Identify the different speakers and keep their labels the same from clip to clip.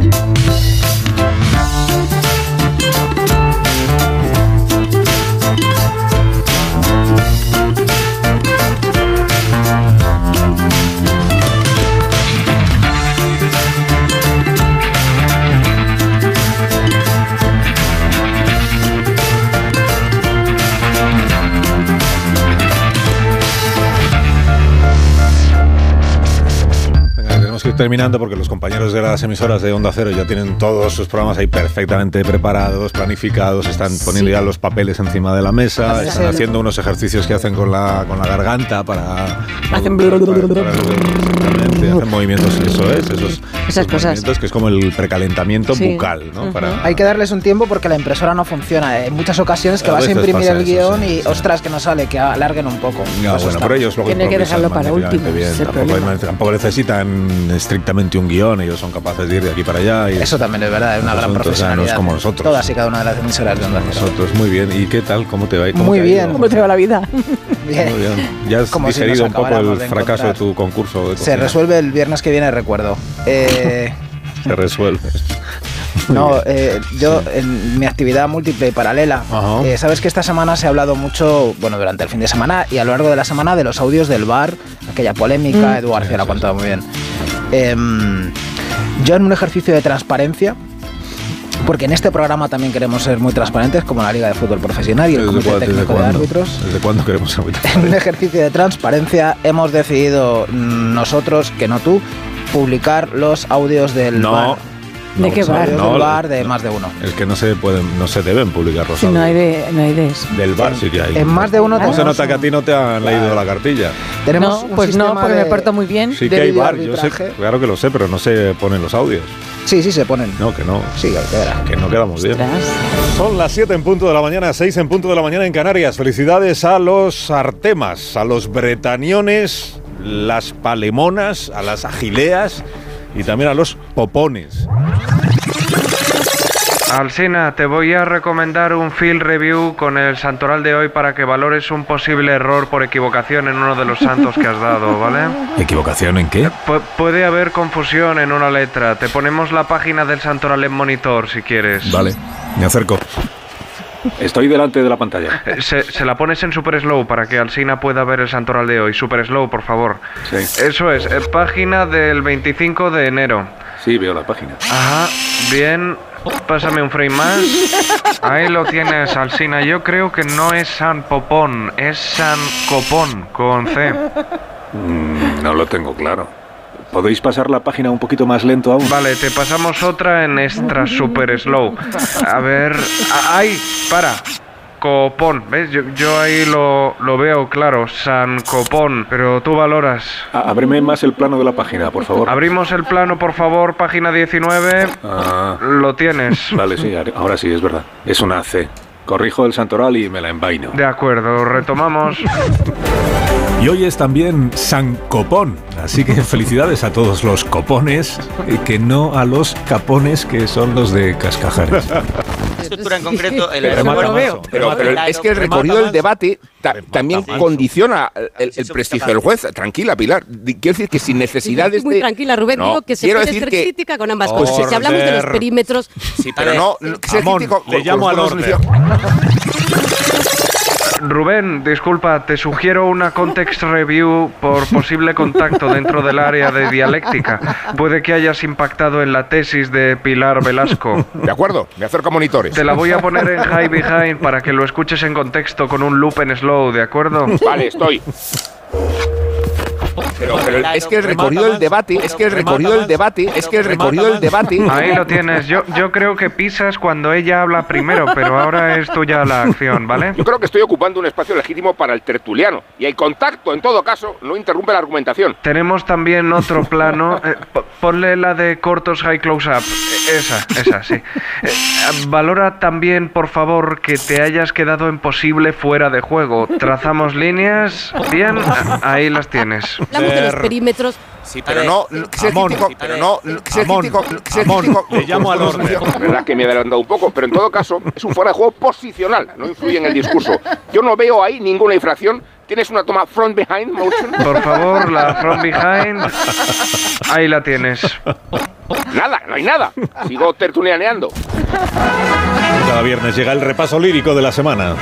Speaker 1: Venga, tenemos que ir terminando porque los compañeros de las emisoras de Onda Cero ya tienen todos sus programas ahí perfectamente preparados, planificados, están poniendo ya los papeles encima de la mesa,
Speaker 2: Hacen
Speaker 1: están
Speaker 2: el-
Speaker 1: haciendo unos ejercicios que hacen con la, con la garganta para...
Speaker 2: Hacen
Speaker 1: para- para- para- exactamente, hacen movimientos, eso es, esos,
Speaker 3: Esas
Speaker 1: esos
Speaker 3: cosas.
Speaker 1: movimientos que es como el precalentamiento
Speaker 3: Sí.
Speaker 1: bucal, ¿no? Para-
Speaker 3: Hay que darles un tiempo porque la impresora no funciona. En muchas ocasiones que
Speaker 1: A
Speaker 3: vas a
Speaker 1: veces
Speaker 3: imprimir
Speaker 1: pasa eso,
Speaker 3: el guión y ostras que no sale, que alarguen un poco.
Speaker 1: Ya,
Speaker 3: Pues
Speaker 1: bueno,
Speaker 3: está.
Speaker 1: pero ellos luego
Speaker 3: Tiene que
Speaker 1: improvisan
Speaker 3: dejarlo para
Speaker 1: magníficamente
Speaker 3: último,
Speaker 1: bien.
Speaker 3: ese
Speaker 1: Tampoco, hay- tampoco necesitan estrictamente un guión, ellos son capaces de ir de aquí para allá. Y
Speaker 3: Eso también es verdad, es una
Speaker 1: Los
Speaker 3: gran
Speaker 1: asuntos, o sea,
Speaker 3: profesionalidad.
Speaker 1: no es como nosotros.
Speaker 3: Todas y cada una de las emisoras de Onda Cero.
Speaker 1: Nosotros, muy bien. ¿Y qué tal? ¿Cómo te va? ¿Cómo
Speaker 3: Muy
Speaker 1: te ha
Speaker 3: bien.
Speaker 1: ido?
Speaker 3: ¿Cómo te va la vida?
Speaker 1: Pues Muy bien. Ya has
Speaker 3: Como si
Speaker 1: digerido
Speaker 3: nos
Speaker 1: un poco
Speaker 3: acabáramos
Speaker 1: el
Speaker 3: de
Speaker 1: fracaso de
Speaker 3: encontrar.
Speaker 1: tu concurso. de
Speaker 3: Se
Speaker 1: cocina.
Speaker 3: resuelve el viernes que viene, recuerdo. Eh,
Speaker 1: Se resuelve.
Speaker 3: no, eh, yo en mi actividad múltiple y paralela,
Speaker 1: Ajá.
Speaker 3: eh, sabes que esta semana se ha hablado mucho, bueno, durante el fin de semana y a lo largo de la semana de los audios del bar, aquella
Speaker 1: Mm.
Speaker 3: polémica, Eduardo la ha contado muy bien. Em, yo en un ejercicio de transparencia, porque en este programa también queremos ser muy transparentes, como la Liga de Fútbol Profesional y el
Speaker 1: ¿Desde,
Speaker 3: Comité
Speaker 1: cuándo- desde
Speaker 3: Técnico de
Speaker 1: cuándo?
Speaker 3: Árbitros.
Speaker 1: ¿Desde cuándo queremos arbitrar?
Speaker 3: En un ejercicio de transparencia hemos decidido mm, nosotros, que no tú, publicar los audios del
Speaker 1: No.
Speaker 3: bar.
Speaker 1: ¿De No, qué los bar? audios
Speaker 3: Audios
Speaker 1: no,
Speaker 3: del bar de
Speaker 1: no.
Speaker 3: más de uno.
Speaker 1: Es que no se pueden, no se deben publicar los
Speaker 2: Si no
Speaker 1: audios.
Speaker 2: hay de, no hay de eso.
Speaker 1: Del bar sí que hay.
Speaker 3: En más de uno
Speaker 1: ¿Cómo se
Speaker 3: tenemos
Speaker 1: nota que a ti no te han leído la cartilla?
Speaker 3: Tenemos
Speaker 2: no,
Speaker 3: un
Speaker 2: pues no,
Speaker 3: sistema
Speaker 2: porque
Speaker 3: de-
Speaker 2: me porto muy bien.
Speaker 1: Sí
Speaker 3: de
Speaker 1: que hay bar, yo sé,
Speaker 3: videoarbitraje.
Speaker 1: claro que lo sé, pero no se ponen los audios.
Speaker 3: Sí, sí, se ponen.
Speaker 1: No, que no.
Speaker 3: Sí, ya verá.
Speaker 1: Que no quedamos bien.
Speaker 2: Ostras.
Speaker 1: Son las 7 en punto de la mañana, 6 en punto de la mañana en Canarias. Felicidades a los Artemas, a los Bretaniones, las Palemonas, a las Agileas y también a los Popones.
Speaker 4: Alsina, te voy a recomendar un field review con el santoral de hoy para que valores un posible error por equivocación en uno de los santos que has dado, ¿vale?
Speaker 1: ¿Equivocación en qué?
Speaker 4: Pu- puede haber confusión en una letra. Te ponemos la página del santoral en monitor si quieres.
Speaker 1: Vale, me acerco. Estoy delante de la pantalla.
Speaker 4: Eh, Se, se la pones en super slow para que Alsina pueda ver el santoral de hoy. Super slow, por favor.
Speaker 5: Sí.
Speaker 4: Eso es, eh, página del 25 de enero.
Speaker 5: Sí, veo la página.
Speaker 4: Ajá, bien. Pásame un frame más. Ahí lo tienes, Alsina. Yo creo que no es San Popón, es San Copón, con C.
Speaker 5: Mm, no lo tengo claro. ¿Podéis pasar la página un poquito más lento aún?
Speaker 4: Vale, te pasamos otra en extra super slow. A ver. a- ¡Ay! ¡Para! Copón, ¿ves? Yo, yo ahí lo, lo veo claro, San Copón. Pero tú valoras.
Speaker 5: A- ábreme más el plano de la página, por favor.
Speaker 4: Abrimos el plano, por favor, página 19.
Speaker 5: Ah,
Speaker 4: Lo tienes.
Speaker 5: vale, sí, ar- ahora sí, es verdad. Es una C. Corrijo el santoral y me la envaino.
Speaker 4: De acuerdo, retomamos.
Speaker 1: Y hoy es también San Copón, así que felicidades a todos los copones, eh, que no a los capones que son los de Cascajares.
Speaker 6: estructura en concreto, el
Speaker 1: Pero
Speaker 6: aeropuerto-
Speaker 1: lo veo.
Speaker 7: Pero,
Speaker 6: el
Speaker 7: pero
Speaker 6: aeropuerto-
Speaker 7: es que el recorrido del debate ta-
Speaker 1: Remata
Speaker 7: también
Speaker 1: manso.
Speaker 7: condiciona el, el-
Speaker 6: Sí,
Speaker 7: el
Speaker 6: somos
Speaker 7: prestigio
Speaker 6: capaces.
Speaker 7: del juez. Tranquila, Pilar. Di- Quiero decir que sin
Speaker 8: Yo
Speaker 7: necesidades
Speaker 8: estoy muy
Speaker 7: de-
Speaker 8: tranquila, Rubén.
Speaker 7: No,
Speaker 8: digo que se
Speaker 7: quiero
Speaker 8: puede
Speaker 7: decir
Speaker 8: ser
Speaker 7: que-
Speaker 8: crítica con ambas
Speaker 1: Joder.
Speaker 8: cosas. Si hablamos de los perímetros,
Speaker 7: Sí, pero no, no que sea
Speaker 1: Amón,
Speaker 7: crítico
Speaker 1: le llamo
Speaker 7: los
Speaker 1: al
Speaker 7: buenos
Speaker 1: orden.
Speaker 7: licio-
Speaker 4: Rubén, disculpa, te sugiero una context review por posible contacto dentro del área de dialéctica. Puede que hayas impactado en la tesis de Pilar Velasco.
Speaker 7: De acuerdo, me acerco a monitores.
Speaker 4: Te la voy a poner en high behind para que lo escuches en contexto con un loop en slow, ¿de acuerdo?
Speaker 7: Vale, estoy. Pero, pero es que el recorrido del debate, es que el recorrido del debate, es que el recorrido del debate.
Speaker 4: Ahí lo tienes. Yo, yo creo que pisas cuando ella habla primero, pero ahora es tuya la acción, ¿vale?
Speaker 7: creo que estoy ocupando un espacio legítimo para el tertuliano. Y el contacto, en todo caso, no interrumpe la argumentación.
Speaker 4: Tenemos también otro plano. eh, po- ponle la de cortos high close-up. Eh, Esa, esa, sí. Eh, valora también, por favor, que te hayas quedado en posible fuera de juego. Trazamos líneas. Bien, a- ahí las tienes.
Speaker 8: hablamos de los
Speaker 1: Ser-
Speaker 8: perímetros,
Speaker 6: Sí,
Speaker 7: Pero no, no, que sea
Speaker 1: Amón.
Speaker 7: crítico, pero no, no, que sea
Speaker 1: Amón,
Speaker 7: crítico, no, que sea
Speaker 1: Amón,
Speaker 7: crítico.
Speaker 1: le llamo al orden.
Speaker 7: La verdad que me he adelantado un poco, pero en todo caso es un fuera de juego posicional, no influye en el discurso. Yo no veo ahí ninguna infracción ¿Tienes una toma front behind motion?
Speaker 4: Por favor, la from behind. Ahí la tienes.
Speaker 7: Nada, no hay nada. Sigo tertulianeando.
Speaker 1: Cada viernes llega el repaso lírico de la semana.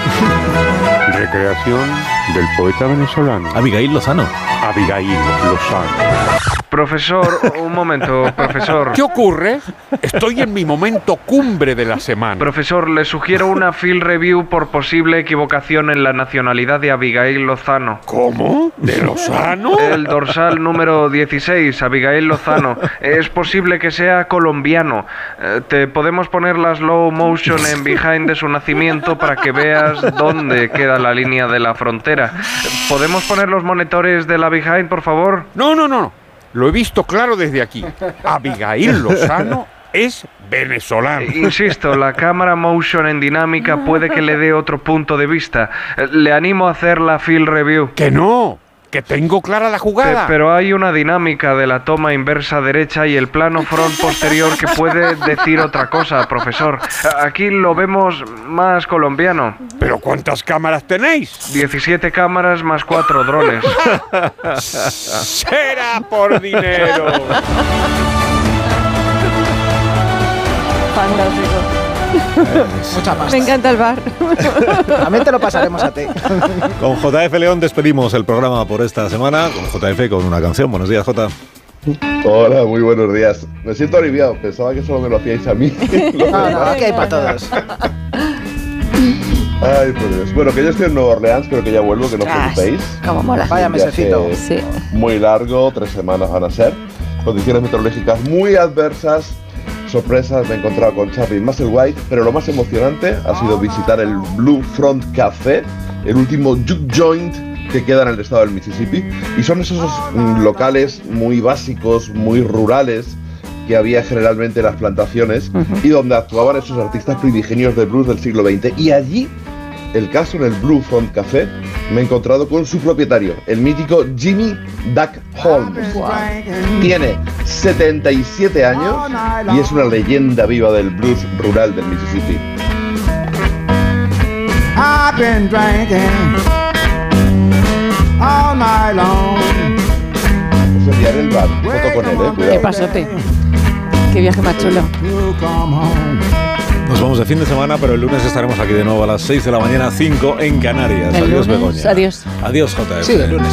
Speaker 2: Recreación del poeta venezolano
Speaker 1: Abigail Lozano.
Speaker 2: Abigail Lozano.
Speaker 4: Profesor, un momento, profesor.
Speaker 2: ¿Qué ocurre? Estoy en mi momento cumbre de la semana.
Speaker 4: Profesor, le sugiero una field review por posible equivocación en la nacionalidad de Abigail Lozano.
Speaker 2: ¿Cómo? ¿De Lozano?
Speaker 4: El dorsal número 16, Abigail Lozano. Es posible que sea colombiano. Eh, Te podemos poner la slow motion en behind de su nacimiento para que veas dónde queda la línea de la frontera. ¿Podemos poner los monitores de la behind, por favor?
Speaker 2: No, no, no, no. Lo he visto claro desde aquí. Abigail Lozano es venezolano.
Speaker 4: Eh, Insisto, la cámara motion en dinámica puede que le dé otro punto de vista. Eh, Le animo a hacer la field review.
Speaker 2: Que no, que tengo clara la
Speaker 4: Pe-
Speaker 2: jugada.
Speaker 4: Este, Pero hay una dinámica de la toma inversa derecha y el plano front posterior que puede decir otra cosa, profesor. A- Aquí lo vemos más colombiano.
Speaker 2: ¿Pero cuántas cámaras tenéis?
Speaker 4: 17 cámaras más 4 drones.
Speaker 2: Será por dinero.
Speaker 8: Fantástico.
Speaker 3: Mucha pasta.
Speaker 8: Me encanta el bar.
Speaker 3: También te lo pasaremos a ti.
Speaker 1: Con JF León despedimos el programa por esta semana. Con JF con una canción. Buenos días, J.
Speaker 9: Hola, muy buenos días. Me siento aliviado, pensaba que solo me lo hacíais a mí.
Speaker 3: No, no, aquí hay para todos.
Speaker 9: Ay, por Dios. Bueno, que yo estoy en Nueva Orleans, pero que ya vuelvo, que no os
Speaker 8: Ostras.
Speaker 9: preocupéis.
Speaker 8: Como mola.
Speaker 3: Vaya
Speaker 9: Un viaje
Speaker 3: mesecito.
Speaker 8: Sí.
Speaker 9: Muy largo, tres semanas van a ser. Condiciones meteorológicas muy adversas. Sorpresas, me he encontrado con Charlie Musselwhite, pero lo más emocionante ha sido visitar el Blue Front Café, el último juke joint que queda en el estado del Mississippi. Y son esos mm, locales muy básicos, muy rurales, que había generalmente en las plantaciones y donde actuaban esos artistas primigenios de blues del siglo XX. Y allí, el caso en el Blue Front Café, me he encontrado con su propietario, el mítico Jimmy Duck Holmes. Tiene 77
Speaker 10: Oh,
Speaker 9: años y es una leyenda viva del blues rural del Mississippi.
Speaker 10: I've been drinking all night long.
Speaker 9: Eso ya en el bar, foto con él, eh,
Speaker 8: Qué
Speaker 9: cuidado.
Speaker 8: pasote. Qué viaje más chulo.
Speaker 10: You come home.
Speaker 1: Nos vamos de fin de semana, pero el lunes estaremos aquí de nuevo a las 6 de la mañana, 5 en Canarias.
Speaker 8: El
Speaker 1: adiós,
Speaker 8: lunes,
Speaker 1: Begoña.
Speaker 8: adiós.
Speaker 1: Adiós, JF.
Speaker 3: Sí, el lunes.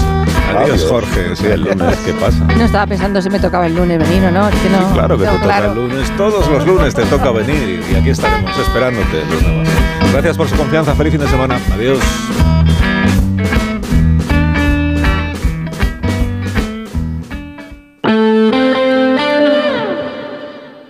Speaker 1: Adiós,
Speaker 9: Adiós.
Speaker 1: Jorge. Sí, el lunes. ¿Qué pasa?
Speaker 8: No estaba pensando si me tocaba el lunes venir o no. Es que no.
Speaker 1: Claro que
Speaker 8: no,
Speaker 1: te toca
Speaker 8: claro.
Speaker 1: el lunes. Todos los lunes te toca venir y aquí estaremos esperándote. el lunes. Gracias por su confianza. Feliz fin de semana. Adiós.